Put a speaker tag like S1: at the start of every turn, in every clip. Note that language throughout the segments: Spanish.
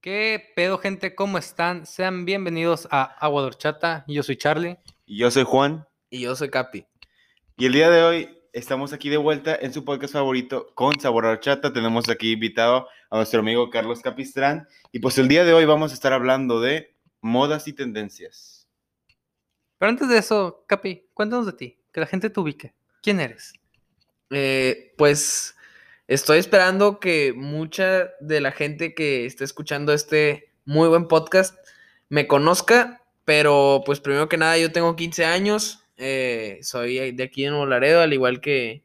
S1: ¿Qué pedo, gente? ¿Cómo están? Sean bienvenidos a Agua de Horchata. Yo soy Charlie.
S2: Y yo soy Juan.
S3: Y yo soy Capi.
S2: Y el día de hoy estamos aquí de vuelta en su podcast favorito con Sabor a Horchata. Tenemos aquí invitado a nuestro amigo Carlos Capistrán. Y pues el día de hoy vamos a estar hablando de modas y tendencias.
S1: Pero antes de eso, Capi, cuéntanos de ti, que la gente te ubique. ¿Quién eres?
S3: Eh, pues estoy esperando que mucha de la gente que esté escuchando este muy buen podcast me conozca, pero pues primero que nada yo tengo 15 años, eh, soy de aquí en Olaredo, al igual que,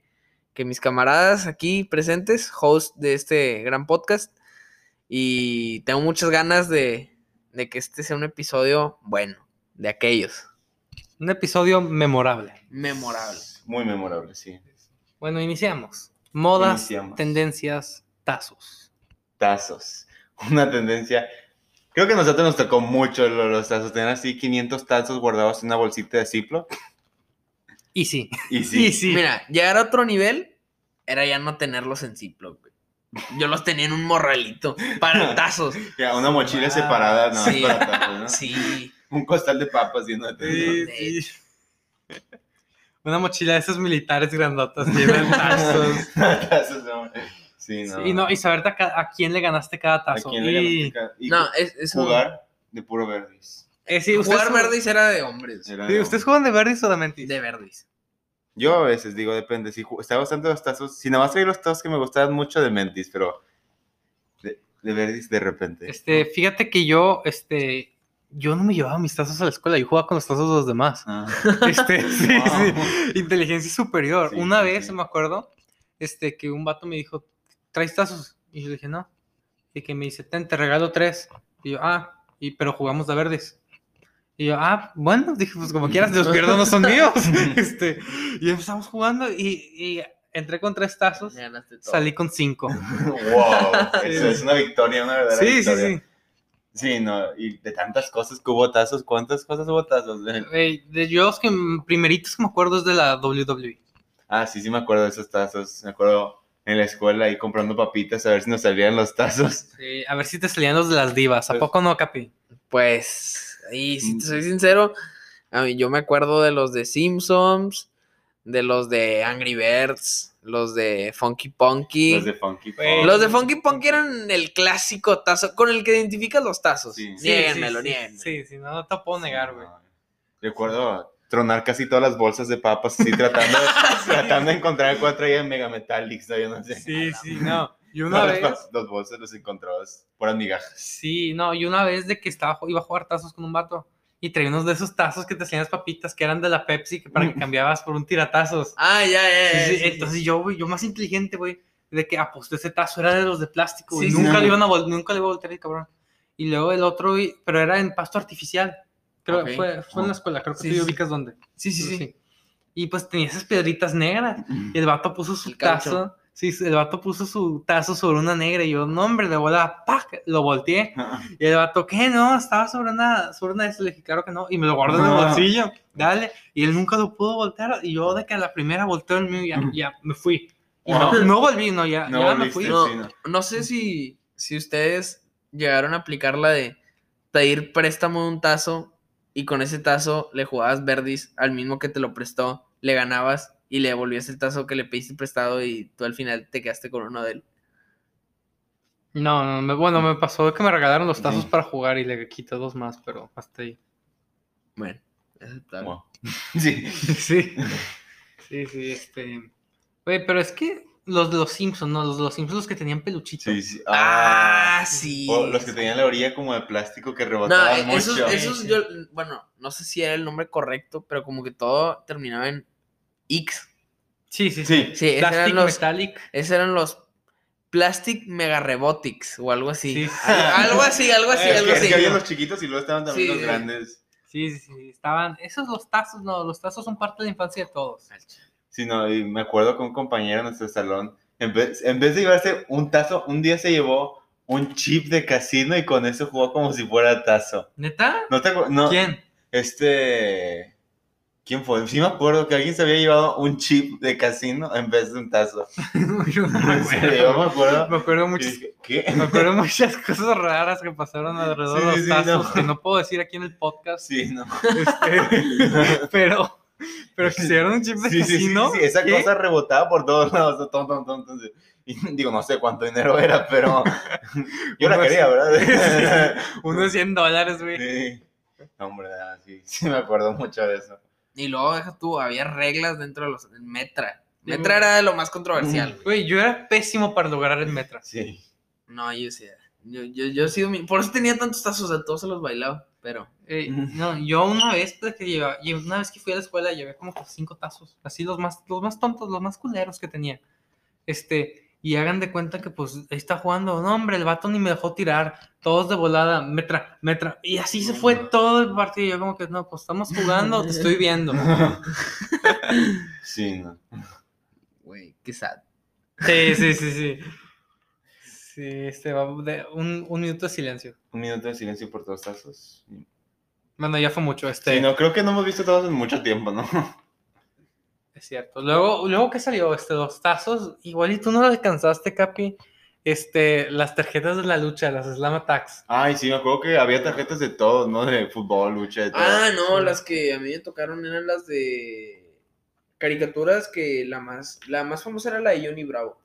S3: que mis camaradas aquí presentes, host de este gran podcast, y tengo muchas ganas de, de que este sea un episodio bueno, de aquellos.
S1: Un episodio memorable.
S3: Memorable.
S2: Muy memorable, sí.
S1: Bueno, iniciamos. Modas,
S2: Iniciamos.
S1: tendencias, tazos.
S2: Tazos. Una tendencia. Creo que a nosotros nos tocó mucho lo- los tazos. Tener así 500 tazos guardados en una bolsita de ciplo.
S1: Y sí.
S2: Y sí.
S1: Y sí.
S3: Mira, ya era otro nivel, era ya no tenerlos en Ziploc, güey. Yo los tenía en un morralito, para tazos.
S2: ya, una mochila
S1: Ah,
S2: separada, no,
S3: sí.
S2: para tazos, ¿no?
S3: Sí.
S2: Un costal de papas lleno de tazos.
S3: Sí,
S1: Una mochila de esas militares grandotas llena de tazos.
S2: Tazos, no. Sí, no.
S1: Y, no, y saberte a, ca- a quién le ganaste cada
S2: ¿A
S1: tazo.
S2: quién le
S1: Y-
S2: ganaste ca- y
S3: No, es, es un-
S2: jugar de puro verdes.
S1: eh, sí, ustedes
S3: Jugar
S1: juegan-
S3: verdis era de hombres.
S2: Era
S1: Sí,
S2: de-
S1: ¿Ustedes juegan de verde solamente?
S3: De verdis.
S2: Yo a veces digo, depende. Si ju- estaba usando los tazos, si nada más traía los tazos que me gustaban mucho de Mentis, pero de, de Verdis de repente.
S1: Este, fíjate que yo, este, yo no me llevaba mis tazos a la escuela, yo jugaba con los tazos de los demás.
S2: Ah,
S1: Este, sí,
S2: Wow.
S1: sí, inteligencia superior.
S2: Sí,
S1: Una
S2: sí,
S1: vez,
S2: sí.
S1: me acuerdo, este, que un vato me dijo, ¿traes tazos? Y yo le dije, no. Y que me dice, ten, te regalo tres. Y yo, ah, y, pero jugamos de verdes. Y yo, ah, bueno, dije, pues como quieras, los pierdo, no son míos. Este, y empezamos jugando y, y entré con tres tazos,
S3: Ganaste todo.
S1: salí con cinco.
S2: wow, eso es una victoria, una verdadera
S1: Sí, sí,
S2: victoria.
S1: sí.
S2: Sí, no, y de tantas cosas que hubo tazos, ¿cuántas cosas hubo tazos?
S1: Güey, de yo los que m- primeritos que me acuerdo es de la E. WWE.
S2: Ah, sí, sí me acuerdo de esos tazos. Me acuerdo en la escuela ahí comprando papitas a ver si nos salían los tazos.
S1: Eh, a ver si te salían los de las divas. ¿A
S2: Pues-
S1: poco no, Capi?
S3: Pues, y si
S2: Mm.
S3: te soy sincero, a mí- yo me acuerdo de los de Simpsons, de los de Angry Birds, los de Funky Punky.
S2: Los de Funky.
S1: Güey.
S2: Pop.
S3: Los de Funky Punky eran el clásico tazo, con el que identificas los tazos.
S2: Sí.
S3: Sí, Niéguenmelo,
S1: sí, sí,
S3: niéguenmelo.
S1: sí, sí, no, no te puedo negar, güey.
S2: No, Recuerdo tronar casi todas las bolsas de papas, así tratando, tratando de encontrar cuatro ahí en Mega Metallics, ¿no? yo no sé.
S1: Sí, sí, no. Y una
S2: Todas
S1: vez,
S2: las, las bolsas los encontrabas por migajas.
S1: sí, no, y una vez de que estaba, iba a jugar tazos con un vato y traía unos de esos tazos que te salían las papitas que eran de la Pepsi que para que cambiabas por un tiratazos.
S3: Ah, ya, ya, ya,
S1: Sí,
S3: sí,
S1: sí,
S3: sí.
S1: entonces yo, güey, yo más inteligente, güey, de que aposté ese tazo, era de los de plástico, güey,
S3: Sí, sí,
S1: nunca,
S2: sí.
S1: le iban a vol- nunca le iba a voltear el cabrón. Y luego el otro, güey, pero era en pasto artificial. Creo
S3: Ok.
S1: fue, fue en la escuela, creo que
S3: Sí,
S1: tú ya
S3: sí.
S1: ubicas dónde.
S3: Sí, sí, sí.
S1: Y pues tenía esas piedritas negras. Y el vato puso su
S3: El caucho.
S1: tazo. Sí, el vato puso su tazo sobre una negra. Y yo, no, hombre, de bola, ¡pac! Lo volteé. Y el vato, ¿qué? No, estaba sobre una, sobre una de esas. Le dije, claro que no. Y me lo guardó en el
S2: No.
S1: bolsillo. Dale. Y él nunca lo pudo voltear. Y yo, de que a la primera volteó el mío, ya, ya me fui. Y no,
S2: Wow.
S1: no volví, no, ya,
S2: No
S1: ya me
S2: volviste,
S1: fui.
S2: sí,
S3: No.
S2: no.
S3: No sé si, si ustedes llegaron a aplicar la de pedir préstamo de un tazo y con ese tazo le jugabas verdis al mismo que te lo prestó, le ganabas y le devolvías el tazo que le pediste prestado y tú al final te quedaste con uno de él.
S1: No, no, me- bueno, me pasó que me regalaron los tazos
S2: Sí.
S1: para jugar y le quité dos más, pero hasta ahí.
S3: Bueno, aceptable.
S2: Wow. Sí.
S1: Sí. Sí, sí, este. Güey, pero es que los de los Simpsons, ¿no? Los de los Simpsons los que tenían peluchitos.
S2: Sí, sí.
S3: Ah, sí.
S2: O los que tenían la orilla como de plástico que
S3: No,
S2: rebotaban
S3: eh,
S2: mucho.
S3: esos, esos
S1: Sí, sí.
S3: yo, bueno, no sé si era el nombre correcto, pero como que todo terminaba en X.
S1: Sí, sí, sí.
S2: Sí.
S3: Sí, esos
S1: Plastic
S3: eran los,
S1: Metallic.
S3: esos eran los Plastic Mega Rebotics o algo así.
S1: Sí, sí,
S3: Algo así, algo así,
S2: Es
S3: algo
S2: que, es
S3: así.
S2: que había los chiquitos y luego estaban también
S3: Sí.
S2: los grandes.
S1: sí, sí, sí, Estaban. Esos los tazos, no, los tazos son parte de la infancia de todos.
S2: Sí, no, y me acuerdo que un compañero en nuestro salón, en vez, en vez de llevarse un tazo, un día se llevó un chip de casino y con eso jugó como si fuera tazo.
S1: ¿Neta?
S2: ¿No te acuer- No,
S1: ¿Quién?
S2: este... ¿Quién fue? Sí me acuerdo que alguien se había llevado un chip de casino en vez de un tazo.
S1: Yo no me
S2: En serio,
S1: acuerdo.
S2: me acuerdo.
S1: Me acuerdo
S2: Y
S1: muchas,
S2: dije, ¿Qué?
S1: me acuerdo muchas cosas raras que pasaron alrededor
S2: Sí,
S1: de los
S2: sí,
S1: tazos
S2: no.
S1: que no puedo decir aquí en el podcast.
S2: Sí, no.
S1: este, pero, pero que se dieron un chip de
S2: Sí, sí, sí,
S1: casino.
S2: sí, esa
S1: ¿qué?
S2: cosa rebotaba por todos lados. Ton, ton, ton, ton, sí. Y digo, no sé cuánto dinero era, pero yo la
S1: Unos-
S2: quería, ¿verdad?
S1: Unos 100 dólares, güey.
S2: Sí. No, hombre, ah, sí, sí me acuerdo mucho de eso.
S3: Y luego, deja tú, había reglas dentro de los... en Metra.
S1: Sí,
S3: Metra
S1: güey.
S3: era de lo más controversial.
S1: Güey, yo era pésimo para lograr el metro.
S2: Sí.
S3: No, yo sí era. Yo, yo, yo sí... domi- Por eso tenía tantos tazos, a todos se los bailaba, pero...
S1: Eh,
S2: Ujú.
S1: no, yo una vez pues, que lleva- y una vez que fui a la escuela llevé como que cinco tazos, así los más, los más tontos, los más culeros que tenía. Este, y hagan de cuenta que pues ahí está jugando, no hombre, el vato ni me dejó tirar, todos de volada, metra, metra, y así se fue todo el partido. Yo como que no, pues estamos jugando, te estoy viendo.
S2: Sí, no.
S3: Güey, qué sad.
S1: Sí, sí, sí, sí. Sí, este va de- un, un minuto de silencio.
S2: Un minuto de silencio por todos tazos.
S1: Bueno, ya fue mucho, este.
S2: Sí, no, creo que no hemos visto todos en mucho tiempo, ¿no?
S1: Es cierto. Luego, luego que salió este dos tazos, igual y tú no lo alcanzaste, Capi. Este, las tarjetas de la lucha, las Slam Attacks.
S2: Ay, sí, me acuerdo que había tarjetas de todos, ¿no? De fútbol, lucha, de todo.
S3: Ah, no,
S1: Sí.
S3: las que a mí me tocaron eran las de caricaturas que la más, la más famosa era la de Johnny Bravo.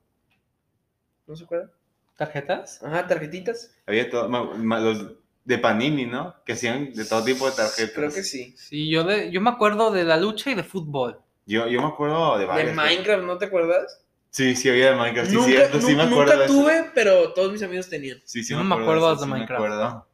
S3: ¿No se acuerdan?
S1: ¿Tarjetas?
S3: Ajá, tarjetitas.
S2: Había todo, ma- ma- los de Panini, ¿no? Que hacían de todo tipo de tarjetas.
S3: Creo que sí.
S1: Sí, yo, de- yo me acuerdo de la lucha y de fútbol.
S2: Yo, yo me acuerdo de varias.
S3: De Minecraft, ¿no te acuerdas?
S2: Sí, sí, había de Minecraft. Sí,
S3: nunca
S2: cierto, sí
S3: nu-
S2: me acuerdo
S3: nunca
S2: de eso.
S3: tuve, pero todos mis amigos tenían.
S2: Sí, sí,
S1: Yo no me acuerdo
S2: de
S1: las de
S2: sí me
S1: Minecraft.
S2: acuerdo.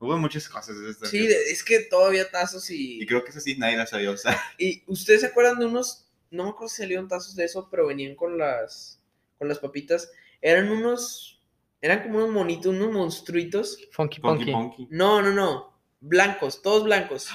S2: Hubo muchas cosas de esas
S3: Sí,
S2: tarjetas.
S3: de- es que todavía tazos y...
S2: Y creo que eso sí nadie las sabía usar.
S3: ¿Y ustedes se acuerdan de unos? No me acuerdo si salieron tazos de eso, pero venían con las, con las papitas. Eran unos, eran como unos monitos, unos monstruitos.
S1: Funky Punky.
S2: Ponky Ponky.
S3: No, no, no. Blancos, todos blancos.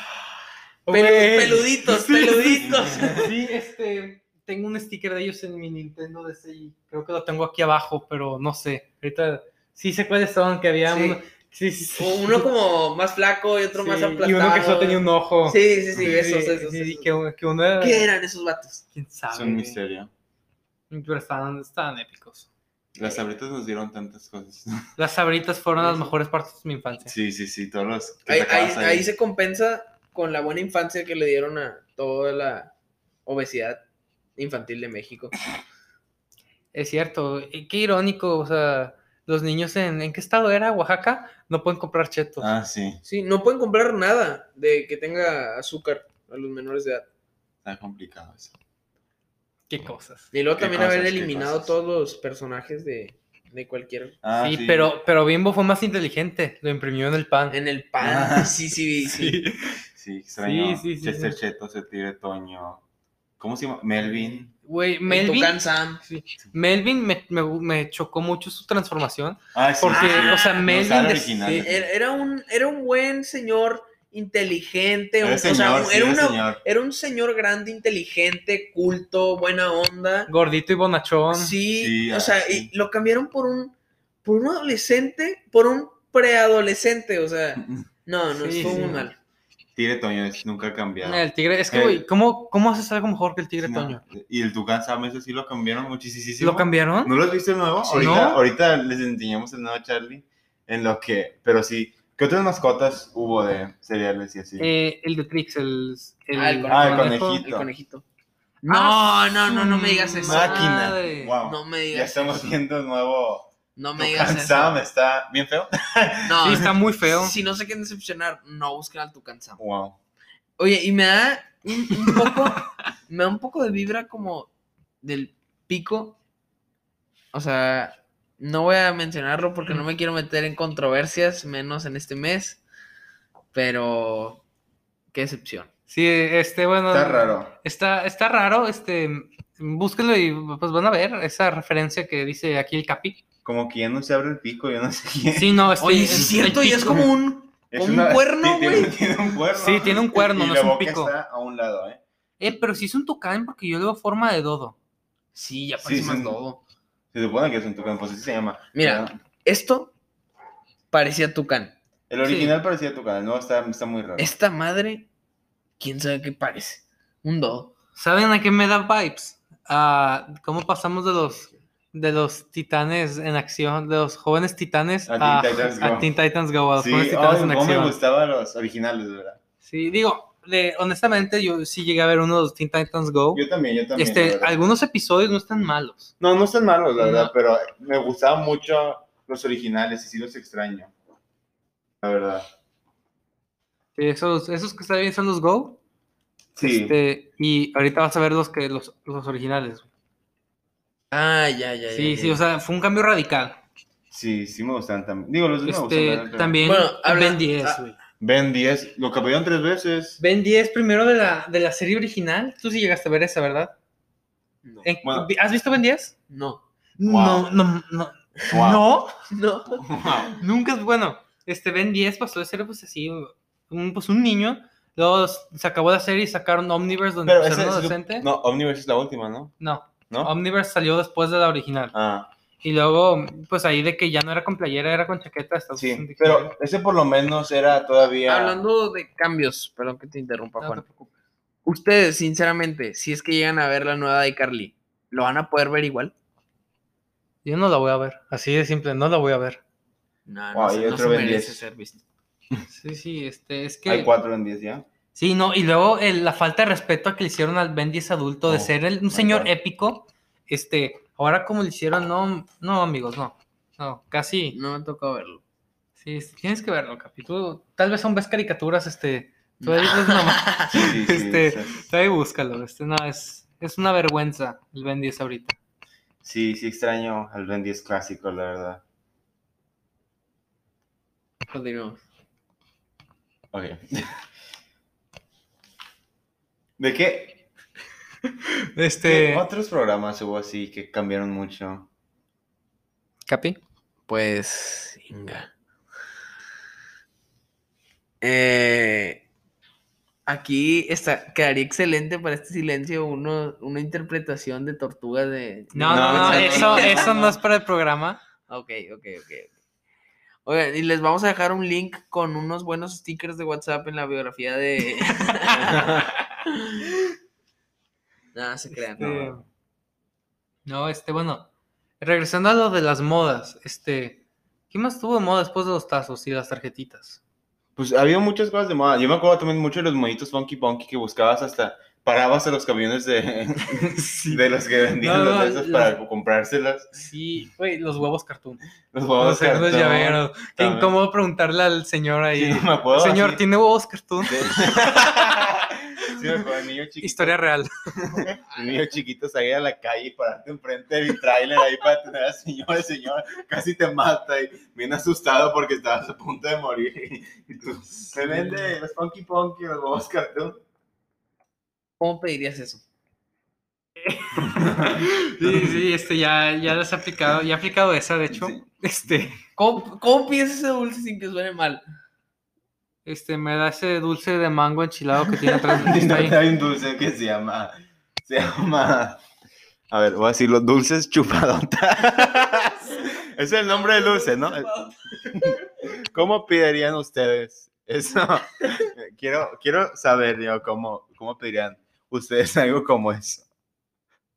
S1: Güey.
S3: Pelu- peluditos,
S1: Sí,
S3: peluditos.
S1: Sí, este, tengo un sticker de ellos en mi Nintendo DS y creo que lo tengo aquí abajo, pero no sé. Ahorita sí sé cuáles son, que había
S3: Sí.
S1: uno. Sí, sí, sí.
S3: O Uno como más flaco y otro más
S1: Sí,
S3: aplastado.
S1: Y uno que solo tenía un ojo.
S3: Sí, sí, sí,
S1: Sí,
S3: esos, esos.
S1: sí,
S3: esos.
S1: Que, que uno era-
S3: ¿Qué eran esos vatos?
S1: ¿Quién sabe?
S2: Es un
S1: güey?
S2: misterio.
S1: Pero estaban, estaban épicos.
S2: Las abritas nos dieron tantas cosas.
S1: Las sabritas fueron
S3: Sí,
S1: las
S3: sí.
S1: mejores partes de mi infancia.
S2: Sí, sí, sí, todos los que
S3: Ahí, ahí-
S2: sacabas
S3: ahí se compensa con la buena infancia que le dieron a toda la obesidad infantil de México.
S1: Es cierto. y Qué irónico. O sea, los niños en, ¿en qué estado era? Oaxaca, no pueden comprar chetos.
S2: Ah, sí,
S3: Sí, no pueden comprar nada de que tenga azúcar a los menores de edad.
S2: está complicado eso.
S1: Qué cosas.
S3: Y luego
S2: Qué
S3: también haber
S2: cosas, qué
S3: eliminado
S2: cosas.
S3: todos los personajes de, de cualquier...
S2: Ah,
S1: sí, Pero, pero Bimbo fue más inteligente. Lo imprimió en el pan.
S3: En el pan.
S2: Ah.
S3: Sí, sí, sí.
S2: Sí, extraño.
S1: Sí, sí, sí,
S2: Chester
S1: sí.
S2: Cheto, se tire Toño. ¿Cómo se llama? Melvin.
S1: Güey,
S3: El
S1: Melvin.
S3: Tucán Sam.
S1: Melvin me, me- me chocó mucho su transformación.
S2: Ah, sí,
S1: Porque,
S2: sí.
S1: o sea,
S2: No,
S1: Melvin.
S2: sale
S1: de-
S2: original.
S1: sí,
S3: Era, era un, era un buen señor inteligente.
S2: Era
S3: un- o sea,
S2: señor,
S3: un-
S2: sí,
S3: era,
S2: era
S3: una-
S2: señor.
S3: era un señor grande, inteligente, culto, buena onda.
S1: gordito y bonachón.
S3: Sí,
S2: Sí,
S3: o
S2: ah,
S3: sea,
S2: sí.
S3: y lo cambiaron por un, por un adolescente, por un preadolescente. O sea, no, no,
S1: Sí,
S3: estuvo
S1: sí.
S3: muy mal.
S2: Tire Toño es nunca cambiado.
S1: El tigre. Es que,
S2: El-
S1: güey, ¿cómo, ¿cómo haces algo mejor que el tigre
S2: Sí, no.
S1: Toño?
S2: Y el Tucán Sam, ese sí lo cambiaron muchísimo.
S1: ¿Lo cambiaron?
S2: ¿No lo has visto el nuevo?
S1: Sí.
S2: Ahorita,
S1: ¿No?
S2: ahorita les enseñamos el nuevo Charlie. En lo que. Pero sí. ¿Qué otras mascotas hubo de cereales y así?
S1: Eh, el de Trix, el.
S3: Ah, el
S2: Ah, el
S1: conejo.
S2: conejito.
S3: El conejito.
S1: Ah,
S3: No, no, no, no me digas eso.
S2: Máquina.
S1: Madre.
S2: Guau.
S3: No me
S2: ya
S3: digas
S2: estamos
S3: eso.
S2: viendo el nuevo.
S3: No me digas
S2: Tucán
S3: eso.
S2: Sam está bien feo.
S3: No,
S1: Sí, está muy feo.
S3: Si no se quieren decepcionar, no busquen al Tucán Sam.
S2: Wow.
S3: Oye, y me da un, un poco, me da un poco de vibra como del pico. O sea, no voy a mencionarlo porque no me quiero meter en controversias, menos en este mes. Pero qué excepción.
S1: Sí, este, bueno.
S2: Está raro.
S1: Está, está raro, este. Búsquenlo y pues van a ver esa referencia que dice aquí el Capi.
S2: Como que ya no se abre el pico, yo no sé quién.
S1: Sí, no, este,
S3: Oye,
S1: el-
S3: sí es
S1: el
S3: cierto, y es
S1: pico.
S3: como un. ¿Con un cuerno,
S2: sí, tiene-
S3: güey?
S2: Tiene, un cuerno.
S1: Sí, tiene un cuerno,
S2: Y
S1: no
S2: la
S1: es un
S2: boca
S1: pico.
S2: está a un lado, ¿eh?
S1: Eh, pero sí es un tucán porque yo le veo forma de dodo.
S3: Sí, ya
S2: Sí,
S3: parece
S2: sí,
S3: más
S2: sí.
S3: lobo.
S2: Se supone que es un tucán, pues así se llama.
S3: Mira.
S2: Pero
S3: Esto parecía tucán.
S2: El original parecía tucán, el nuevo está, está muy raro.
S3: Esta madre, quién sabe qué parece. Un do.
S1: ¿Saben a qué me da vibes? A cómo pasamos de los de los titanes en acción, de los jóvenes titanes
S2: A
S1: a,
S2: Teen Titans
S1: a
S2: Go.
S1: Teen Titans Go, a los
S2: Sí,
S1: jóvenes titanes
S2: ay,
S1: este en
S2: cómo me
S1: acción.
S2: gustaban los originales, ¿verdad?
S1: Sí, digo, de- honestamente, yo sí llegué a ver uno de los Teen Titans Go.
S2: Yo también, yo también. la
S1: Este,
S2: verdad.
S1: algunos episodios no están malos.
S2: No, no están malos, la
S1: No.
S2: verdad, pero me gustaban mucho los originales y sí los extraño. La verdad.
S1: Esos, esos que están bien son los Go.
S2: Sí.
S1: Este, y ahorita vas a ver los que los, los originales.
S3: Ah, ya, ya, ya.
S1: Sí,
S3: ya.
S1: sí, o sea, fue un cambio radical.
S2: Sí, sí me gustan también. Digo, los dos me gustan. la
S1: Este,
S2: verdad, pero-
S1: también
S3: Bueno, habla-
S1: Ben 10,
S3: ah.
S1: güey.
S2: Ben 10, lo cambiaron tres veces.
S1: Ben 10 primero de la, de la serie original. Tú sí llegaste a ver esa, ¿verdad?
S3: No.
S1: En-
S2: Bueno.
S1: ¿Has visto Ben 10?
S3: No.
S2: Wow.
S1: No, no, no.
S2: Wow.
S1: No,
S3: No.
S2: Wow.
S1: nunca es bueno. Este Ben 10 pasó de ser pues así, un, pues un niño. Luego s- se acabó la serie y sacaron Omniverse donde
S2: Pero
S1: pusieron
S2: esa
S1: un
S2: es su-
S1: adolescente.
S2: No, Omniverse es la última, ¿no?
S1: No,
S2: ¿No?
S1: Omniverse salió después de la original.
S2: Ah,
S1: Y luego, pues ahí de que ya no era con playera, era con chaqueta. estás-
S2: sí. Pero ese por lo menos era todavía.
S3: Hablando de cambios, perdón que te interrumpa,
S1: No te
S3: Juan.
S1: preocupes.
S3: Ustedes, sinceramente, si es que llegan a ver la nueva de Carly, ¿lo van a poder ver igual?
S1: Yo no la voy a ver. Así de simple, no la voy a ver.
S3: No,
S2: Wow,
S3: se-
S2: y otro Ben
S3: merece
S2: 10.
S3: ser visto.
S1: Sí, sí, este, es que.
S2: Hay cuatro Ben 10 ya.
S1: Sí, no, y luego el- la falta de respeto que le hicieron al Ben 10 adulto de
S2: Oh,
S1: ser el- un
S2: my
S1: señor
S2: God.
S1: épico, este, ahora como le hicieron, no, no, amigos, no, no, casi,
S3: No me tocó verlo.
S1: sí, sí, tienes que verlo, Capi, tú tal vez aún ves caricaturas, este, tú ahí, pues, nomás,
S2: Sí, sí, sí,
S1: Este,
S2: sí.
S1: tú ahí búscalo, este, no, es, es una vergüenza el Ben 10 ahorita.
S2: Sí, sí, extraño al Ben 10 clásico, la verdad.
S3: Continuamos.
S2: Ok. ¿De qué?
S1: Este,
S2: ¿Qué otros programas hubo así que cambiaron mucho?
S1: Capi,
S3: Pues, Inga. Eh, aquí está, quedaría excelente para este silencio uno, una interpretación de tortuga de...
S1: no, no,
S2: No,
S1: no,
S2: no,
S1: eso,
S2: no,
S1: eso
S2: no.
S1: no es para el programa,
S3: Ok, ok, ok. ok. Oigan, y les vamos a dejar un link con unos buenos stickers de WhatsApp en la biografía de... Nada, se crean. no,
S1: Este,
S3: no.
S1: no, este, bueno, regresando a lo de las modas, este, ¿qué más tuvo de moda después de los tazos y las tarjetitas?
S2: Pues había muchas cosas de moda. Yo me acuerdo también mucho de los monitos funky punky que buscabas hasta parabas a los camiones de, de los que vendían
S1: No,
S2: los
S1: no,
S2: de esos
S1: los-
S2: para comprárselas.
S1: Sí, güey, los huevos cartoon.
S2: Los
S1: Los
S2: huevos de
S1: segundos
S2: cartón.
S1: llaveros. Qué
S2: también.
S1: incómodo preguntarle al señor ahí.
S2: Sí, me acuerdo.
S1: señor,
S2: así
S1: ¿tiene huevos cartoon?
S2: de- sí, me acuerdo, niño chiquito.
S1: Historia real.
S2: niños chiquitos salir a la calle y pararte enfrente del tráiler ahí para tener al señor, el señor casi te mata y bien asustado porque estabas a punto de morir. Y tú, se vende los Funky Punky, los Bobos Cartoon.
S3: ¿Cómo pedirías eso?
S1: Sí, sí, este, ya, ya las he aplicado, ya he aplicado esa, de hecho.
S2: Sí.
S1: Este,
S3: ¿Cómo, cómo pides ese dulce sin que suene mal?
S1: este, me da ese dulce de mango enchilado que tiene atrás. que
S2: Y
S1: está ahí.
S2: también hay un dulce que se llama, se llama, a ver, voy a decir los dulces chupadotas. es el nombre del dulce, ¿no? ¿Cómo pedirían ustedes eso? quiero, quiero saber, yo, cómo, cómo pedirían ustedes algo como eso.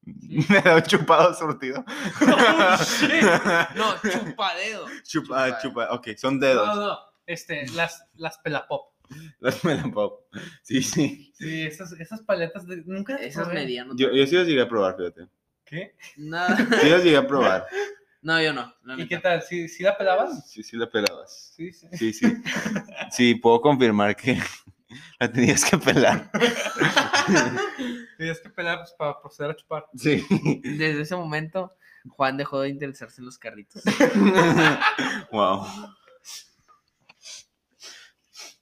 S2: Me da un chupado surtido.
S1: Oh,
S3: No, chupadeo.
S2: chupa, ah,
S3: Chupa.
S2: chupa, ok, son
S1: No,
S2: dedos.
S1: no, este, las, las pelapop.
S2: Los melapop. Sí, sí.
S1: Sí, esas, esas paletas de, nunca las
S3: Esas
S1: probé.
S3: medianas.
S2: Yo, yo sí los llegué a probar, fíjate.
S1: ¿Qué?
S3: Nada.
S2: Sí los llegué a probar.
S3: No, yo no. la
S1: ¿Y
S3: neta.
S1: qué tal? ¿Sí, sí la pelabas?
S2: Sí, sí la pelabas.
S1: Sí, sí.
S2: Sí, sí. Sí, puedo confirmar que la tenías que pelar.
S1: Tenías que pelar pues, para proceder a chupar.
S2: Sí.
S3: Desde ese momento, Juan dejó de interesarse en los carritos.
S2: Wow.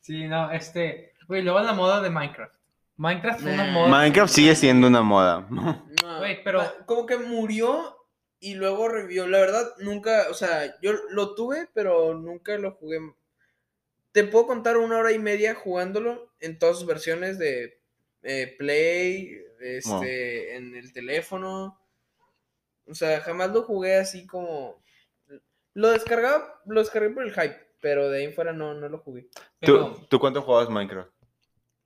S1: Sí, no, este, güey, luego la moda de Minecraft. Minecraft fue una
S3: Nah.
S1: moda.
S2: Minecraft sigue siendo una moda.
S3: No,
S1: Güey, pero-
S3: pa- como que murió y luego revivió. La verdad, nunca, o sea, yo lo tuve, pero nunca lo jugué. Te puedo contar una hora y media jugándolo en todas sus versiones de eh, Play, este,
S2: Wow.
S3: en el teléfono. O sea, jamás lo jugué así como. Lo descargaba, lo descargué por el hype, pero de ahí en fuera no, no lo jugué.
S1: pero
S2: ¿Tú, ¿Tú cuánto jugabas Minecraft?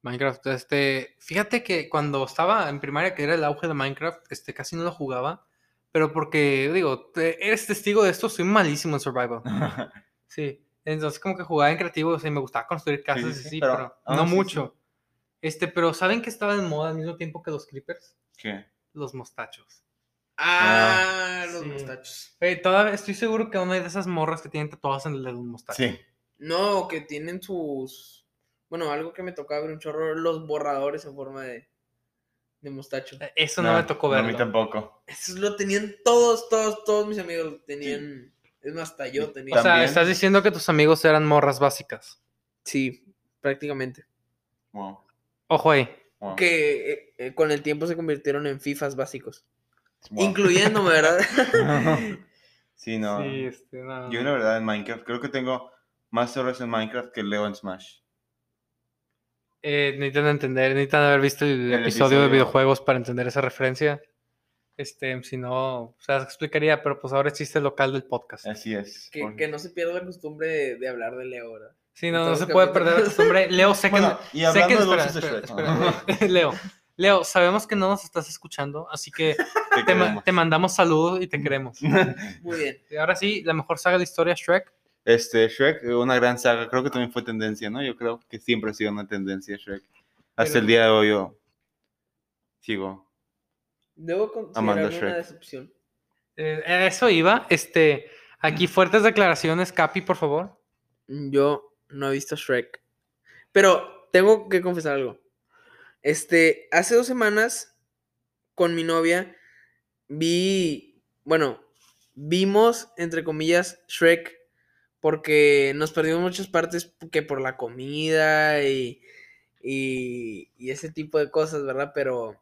S1: Minecraft, este, fíjate que cuando estaba en primaria, que era el auge de Minecraft, este, casi no lo jugaba, pero porque, digo, te- eres testigo de esto, soy malísimo en Survival. Sí, entonces como que jugaba en creativo, o sea, me gustaba construir casas y
S2: sí,
S1: así,
S2: pero
S1: pero,
S2: aún
S1: no
S2: así, sí.
S1: mucho. Este, pero ¿saben que estaba en moda al mismo tiempo que los creepers?
S2: ¿Qué?
S1: Los mostachos.
S3: Ah, los
S1: sí.
S3: mostachos.
S1: Güey, todavía estoy seguro que una de esas morras que tienen tatuadas en el dedo un mostacho.
S2: Sí.
S3: No, que tienen sus. Bueno, algo que me tocaba ver un chorro, los borradores en forma de, de mostacho.
S1: Eh, Eso no, me tocó
S2: no,
S1: verlo.
S2: A mí tampoco.
S3: Eso lo tenían todos, todos, todos mis amigos. lo Tenían. Es más, hasta yo tenía.
S1: O sea,
S2: También.
S1: estás diciendo que tus amigos eran morras básicas.
S3: sí, prácticamente.
S2: Wow.
S1: Ojo ahí.
S2: wow,
S3: Que eh, eh, con el tiempo se convirtieron en FIFAs básicos.
S2: wow.
S3: Incluyéndome, ¿verdad?
S2: sí, no.
S1: Sí, este, no.
S2: Yo, la verdad, en Minecraft, creo que tengo más horas en Minecraft que Leo en Smash.
S1: Eh, necesitan entender, necesitan haber visto el, episodio
S2: El
S1: de
S2: episodio.
S1: videojuegos para entender esa referencia. Este, si no, o sea, se explicaría, pero pues ahora existe el local del podcast.
S2: Así es.
S3: que,
S2: por-
S3: que no se pierda la costumbre de, de hablar de Leo, ¿verdad?
S1: Sí, no, no
S3: Todos
S1: se
S3: los
S1: puede
S3: capítulos.
S1: perder la costumbre. Leo, sé que.
S2: Bueno, y
S1: sé que
S2: hablando de
S1: espera,
S2: dulces de
S1: espera,
S2: Shrek,
S1: espera,
S2: ¿no?
S1: güey. Leo, Leo, sabemos que no nos estás escuchando, así que
S2: Te
S1: te, ma-
S2: queremos.
S1: te mandamos saludos y te queremos.
S3: Muy bien.
S1: Y ahora sí, la mejor saga de historia, Shrek.
S2: Este, Shrek, una gran saga, creo que también fue tendencia, ¿no? Yo creo que siempre ha sido una tendencia Shrek. Hasta
S1: Pero-
S2: el día de hoy yo sigo.
S3: Debo
S2: Amanda
S3: considerarme una
S2: Shrek.
S3: decepción.
S1: Eh, a eso iba. Este, aquí fuertes declaraciones, Capi, por favor.
S3: Yo no he visto Shrek. Pero tengo que confesar algo. Este, hace dos semanas, con mi novia, vi, bueno, vimos, entre comillas, Shrek, porque nos perdimos muchas partes que por la comida y, y, y ese tipo de cosas, ¿verdad? Pero,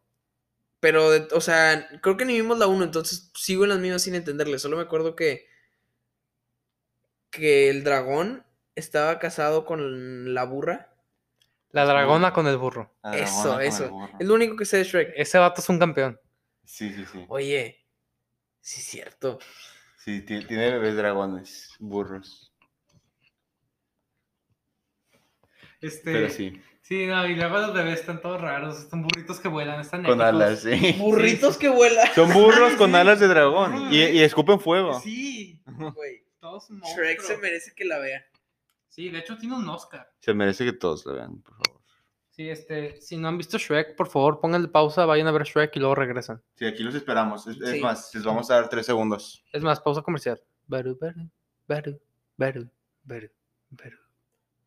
S3: pero, de- o sea, creo que ni vimos la 1, entonces sigo en las mismas sin entenderle. Solo me acuerdo que, que el dragón estaba casado con la burra.
S1: La dragona con el burro.
S2: a la
S3: Eso,
S2: dragona con el
S3: eso.
S2: burro.
S3: Es lo único que sé de Shrek.
S1: Ese vato es un campeón.
S2: Sí, sí, sí.
S3: Oye, sí es cierto.
S2: Sí, ti- tiene bebés dragones, burros.
S1: Este,
S2: Pero sí,
S1: Sí, no, y luego los bebés están todos raros, están burritos que vuelan, están
S2: con
S1: épicos.
S2: alas, sí.
S3: Burritos que vuelan.
S2: Son burros con
S1: Sí.
S2: alas de dragón y, y escupen fuego.
S1: Sí,
S3: Güey,
S1: todos
S3: Shrek se
S1: monstruos.
S3: merece que la vea.
S1: Sí, de hecho tiene un Oscar.
S2: Se merece que todos lo vean, por favor.
S1: Sí, este, si no han visto Shrek, por favor, pónganle pausa, vayan a ver Shrek y luego regresan.
S2: Sí, aquí los esperamos. Es, es
S3: Sí.
S2: más, les vamos a dar tres segundos.
S1: Es más, pausa comercial. Baru, baru, baru, baru, baru, baru.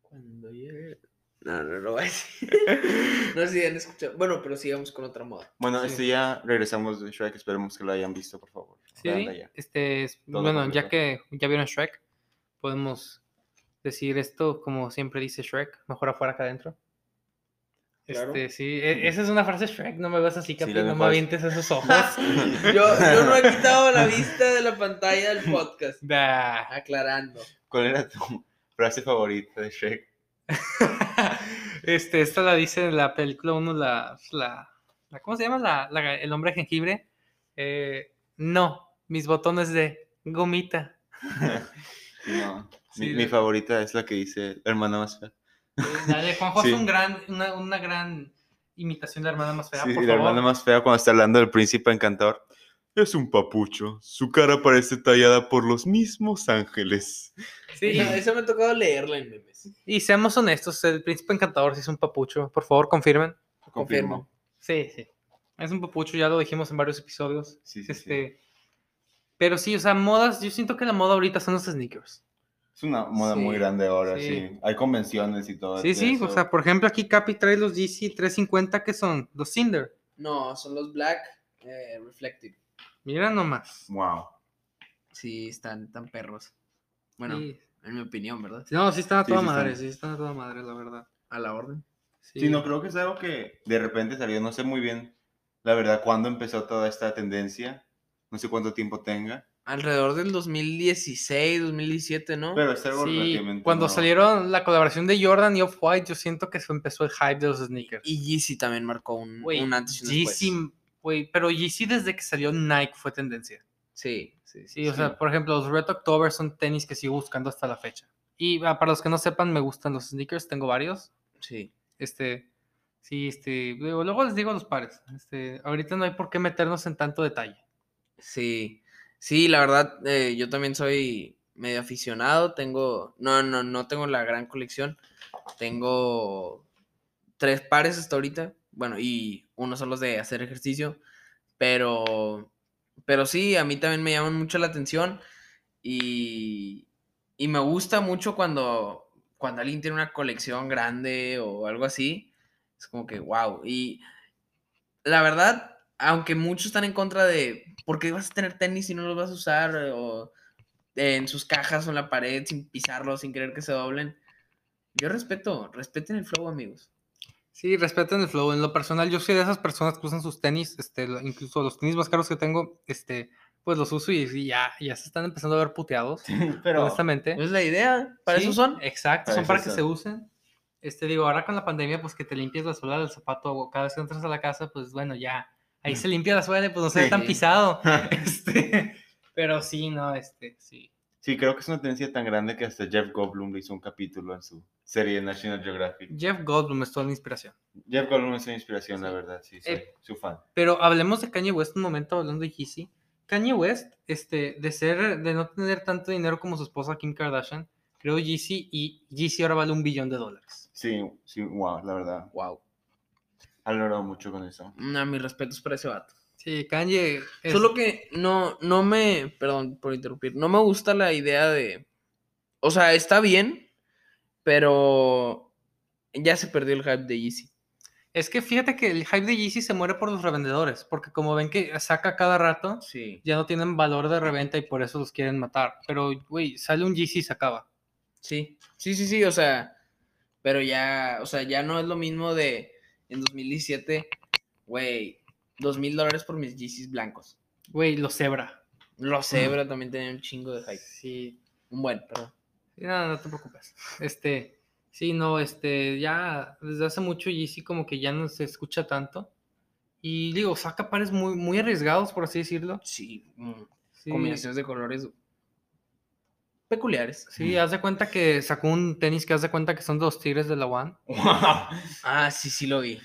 S3: Cuando llegue- No, no, no voy a decir. No sé si han escuchado. Bueno, pero sigamos con otra moda.
S2: Bueno,
S1: Sí.
S2: este ya regresamos de Shrek. Esperemos que lo hayan visto, por favor.
S1: Sí,
S2: Véanla ya.
S1: este, es-
S2: Todo
S1: bueno, ya
S2: completo.
S1: que ya vieron Shrek, podemos decir esto como siempre dice Shrek, mejor afuera que adentro.
S3: Claro.
S1: Este, sí, e- esa es una frase de Shrek, no me vas así,
S2: Sí, la
S1: Capi, no me
S2: mejor.
S1: avientes esos ojos.
S3: Yo, yo no he quitado la vista de la pantalla del podcast.
S1: Bah.
S3: Aclarando.
S2: ¿Cuál era tu frase favorita de Shrek?
S1: este, esta la dice en la película 1, la, la, la- ¿Cómo se llama? La, la- el hombre de jengibre. Eh, no, mis botones de gomita.
S2: No,
S1: Sí,
S2: mi,
S1: de-
S2: mi favorita es la que dice la hermana más fea.
S1: Eh, La de Juanjo
S2: Sí.
S1: es un gran, una, una gran imitación de la hermana más fea.
S2: Sí,
S1: por
S2: y la
S1: favor.
S2: hermana más fea cuando está hablando del príncipe encantador. Es un papucho. Su cara parece tallada por los mismos ángeles.
S1: Sí,
S3: Esa-
S1: y,
S3: esa me ha tocado leerla en memes.
S1: y seamos honestos, el príncipe encantador sí es un papucho. Por favor, confirmen.
S3: Confirmo.
S1: Sí, sí. Es un papucho, ya lo dijimos en varios episodios.
S2: Sí, sí, sí.
S1: este, Pero sí, o sea, modas, yo siento que la moda ahorita son los sneakers.
S2: Es una moda
S3: Sí,
S2: muy grande ahora, sí.
S1: sí.
S2: Hay convenciones y todo.
S1: Sí,
S2: de
S1: sí, o
S2: eso.
S1: sea, por ejemplo, aquí Capi trae los GC 350 que son los Cinder.
S3: No, son los Black eh, Reflective.
S1: Mira nomás.
S2: Wow.
S3: Sí, están tan perros. Bueno,
S1: Sí.
S3: en mi opinión, ¿verdad?
S1: No, sí están a
S2: Sí,
S1: toda
S2: sí
S1: madre,
S2: están.
S1: sí están a toda madre, la verdad.
S3: A la orden.
S1: Sí,
S2: Sí, no creo que es algo que de repente salió. No sé muy bien, la verdad, cuándo empezó toda esta tendencia. No sé cuánto tiempo tenga.
S3: Alrededor del 2016, 2017, ¿no?
S2: Pero es algo
S1: Sí,
S2: relativamente
S1: cuando
S2: nuevo.
S1: salieron la colaboración de Jordan y Off-White, yo siento que se empezó el hype de los sneakers.
S3: y Yeezy también marcó un,
S1: Güey,
S3: un antes y un después.
S1: GC, güey, pero GC desde que salió Nike fue tendencia.
S3: Sí, sí, sí.
S1: Sí, o
S2: Sí.
S1: sea, por ejemplo, los Red October son tenis que sigo buscando hasta la fecha. Y ah, para los que no sepan, me gustan los sneakers, tengo varios.
S3: sí.
S1: Este, Sí, este, digo, luego les digo a los pares. Este, ahorita no hay por qué meternos en tanto detalle.
S3: Sí, sí, la verdad, eh, yo también soy medio aficionado, tengo, no, no, no tengo la gran colección, tengo tres pares hasta ahorita, bueno, y uno son los de hacer ejercicio, pero, pero sí, a mí también me llaman mucho la atención y, y me gusta mucho cuando, cuando alguien tiene una colección grande o algo así, es como que, wow, y la verdad, aunque muchos están en contra de, ¿por qué vas a tener tenis si no los vas a usar? O en sus cajas o en la pared sin pisarlos, sin querer que se doblen. Yo respeto, respeten el flow, amigos.
S1: Sí, respeten el flow. En lo personal, yo soy de esas personas que usan sus tenis, este, lo- incluso los tenis más caros que tengo, este, pues los uso y, y ya, ya se están empezando a ver puteados,
S2: Pero
S1: honestamente.
S3: Es la idea, para
S1: Sí, Eh,
S3: eso son.
S1: Exacto,
S2: Para
S1: son
S2: eso
S1: para que
S2: son.
S1: se usen. Este, digo, ahora con la pandemia, pues que te limpias la suela del zapato o cada vez que entras a la casa, pues bueno, ya. Ahí se limpia la suela y pues no se ve
S2: Mm. Sí.
S1: tan pisado. Este, pero sí, no, este, sí.
S2: sí, creo que es una tendencia tan grande que hasta Jeff Goldblum le hizo un capítulo en su serie de National Geographic.
S1: Jeff Goldblum es toda mi inspiración.
S2: Jeff Goldblum es una inspiración, la
S1: Sí.
S2: verdad, sí, soy
S1: Eh,
S2: su fan.
S1: Pero hablemos de Kanye West un momento, hablando de Yeezy. Kanye West, este, de ser, de no tener tanto dinero como su esposa Kim Kardashian, creó Yeezy y Yeezy ahora vale un billón de dólares.
S2: Sí, sí, wow, la verdad.
S3: Wow.
S2: Ha logrado mucho con eso.
S3: A mis respetos para ese vato.
S1: Sí, Kanye. es-
S3: Solo que no, no me, perdón por interrumpir, no me gusta la idea de, o sea, está bien, pero ya se perdió el hype de Yeezy.
S1: Es que fíjate que el hype de Yeezy se muere por los revendedores, porque como ven que saca cada rato,
S3: Sí.
S1: ya no tienen valor de reventa y por eso los quieren matar. Pero, güey, sale un Yeezy y se acaba.
S3: Sí, sí, sí, sí, o sea, pero ya, o sea, ya no es lo mismo de en 2017, güey, dos mil dólares por mis Yeezys blancos.
S1: Güey, los cebra.
S3: Los Zebra también tenían un chingo de hype.
S1: Sí.
S3: Un buen, perdón.
S1: Sí, No, no te preocupes. Este, sí, no, este, ya desde hace mucho Yeezy como que ya no se escucha tanto. Y digo, saca pares muy, muy arriesgados, por así decirlo.
S3: Sí, mm,
S1: Sí,
S3: combinaciones de colores peculiares.
S1: sí, haz de cuenta que sacó un tenis que haz de cuenta que son de los Tigres de la One.
S3: Ah, sí, sí lo vi.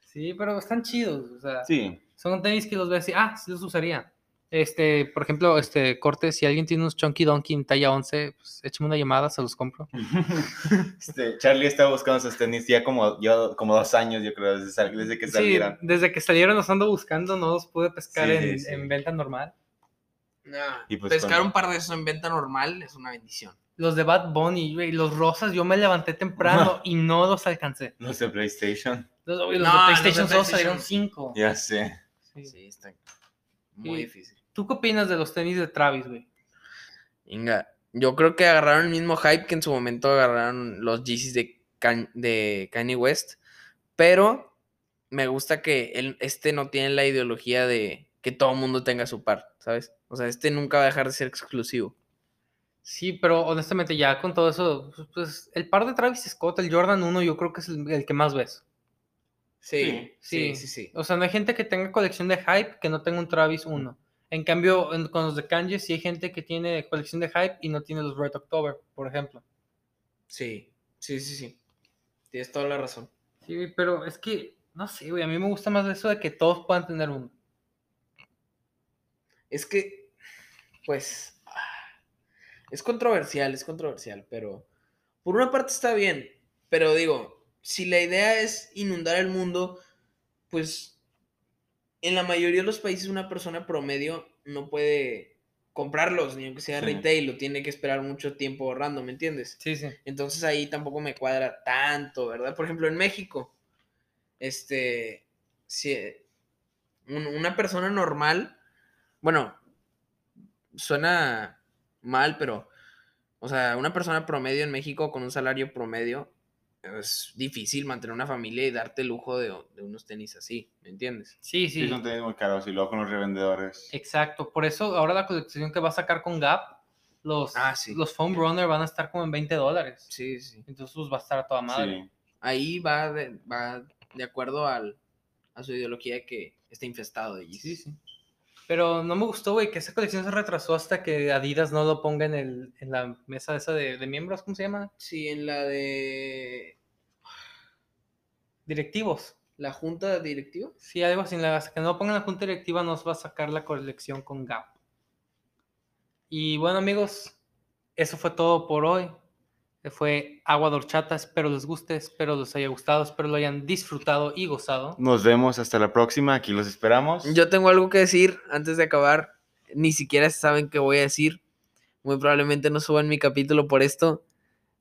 S1: Sí, pero están chidos, o sea,
S2: Sí,
S1: son tenis que los ves y, ah, sí los usaría. Este, por ejemplo, este, corte, si alguien tiene unos Chunky Donkey en talla 11, pues échame una llamada, se los compro.
S2: Este, Charlie está buscando sus tenis ya como, yo, como dos años, yo creo, desde, sal- desde que
S1: Sí,
S2: salieron.
S1: desde que salieron los ando buscando, no los pude pescar
S2: Sí,
S1: en,
S2: sí.
S1: en venta normal.
S3: Nah,
S2: Y pues
S3: pescar
S2: cuando-
S3: un par de esos en venta normal es una bendición.
S1: Los de Bad Bunny, güey, los rosas, yo me levanté temprano y no los alcancé.
S2: Los de PlayStation,
S1: Los, güey, los
S3: No,
S1: de
S3: los de
S1: PlayStation 2
S3: PlayStation.
S1: salieron 5.
S2: ya sé.
S3: Sí, está muy
S1: Sí.
S3: difícil.
S1: ¿Tú qué opinas de los tenis de Travis, güey?
S3: Venga, yo creo que agarraron el mismo hype que en su momento agarraron los Yeezys de, Kan- de Kanye West, pero me gusta que él- este no tiene la ideología de que todo el mundo tenga su par, ¿sabes? O sea, este nunca va a dejar de ser exclusivo.
S1: Sí, pero honestamente ya con todo eso, pues, pues, el par de Travis Scott, el Jordan 1, yo creo que es el, el que más ves.
S2: Sí,
S1: sí, O sea, no hay gente que tenga colección de hype que no tenga un Travis 1. En cambio, en- con los de Kanye sí hay gente que tiene colección de hype y no tiene los Red October, por ejemplo.
S3: Sí, sí, sí, sí. Tienes toda la razón.
S1: Sí, güey, pero es que, no sé, güey, a mí me gusta más eso de que todos puedan tener uno.
S3: Es que, pues, ah, es controversial, es controversial, pero por una parte está bien, pero digo, si la idea es inundar el mundo, pues en la mayoría de los países una persona promedio no puede comprarlos, ni aunque sea
S2: Sí.
S3: retail, lo tiene que esperar mucho tiempo ahorrando, ¿me entiendes?
S1: Sí, sí.
S3: Entonces ahí tampoco me cuadra tanto, ¿verdad? Por ejemplo, en México, este, si eh, un- una persona normal, bueno, suena mal, pero, o sea, una persona promedio en México con un salario promedio es difícil mantener una familia y darte el lujo de, de unos tenis así, ¿me entiendes?
S1: Sí,
S2: Sí,
S1: sí.
S2: son tenis muy caros y luego con los revendedores.
S1: Exacto. Por eso ahora la colección que va a sacar con Gap, los,
S3: Ah, sí.
S1: los Foam Runner van a estar como en 20 dólares.
S3: Sí, sí.
S1: Entonces pues, va a estar a toda madre.
S2: Sí.
S3: Ahí va de, va de acuerdo al, a su ideología de que está infestado de Yeezys.
S1: Sí, sí. Pero no me gustó, güey, que esa colección se retrasó hasta que Adidas no lo ponga en, el, en la mesa esa de, de miembros, ¿cómo se llama?
S3: Sí, en la de.
S1: directivos.
S3: ¿La junta directiva?
S1: Sí, algo así. la- Hasta que no pongan la junta directiva nos va a sacar la colección con Gap. Y bueno, amigos, eso fue todo por hoy. Se Fue Agua de Horchata. Espero les guste, espero les haya gustado, espero lo hayan disfrutado y gozado.
S2: Nos vemos hasta la próxima. Aquí los esperamos.
S3: Yo tengo algo que decir antes de acabar. Ni siquiera saben qué voy a decir. Muy probablemente no suban mi capítulo por esto.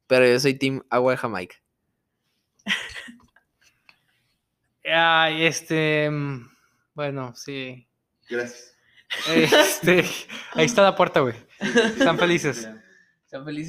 S3: Pero yo soy Team Agua de Jamaica.
S1: Ay, este. mm, Bueno, sí.
S2: Gracias.
S1: Este, ahí está la puerta, güey. Están felices.
S3: Sean felices.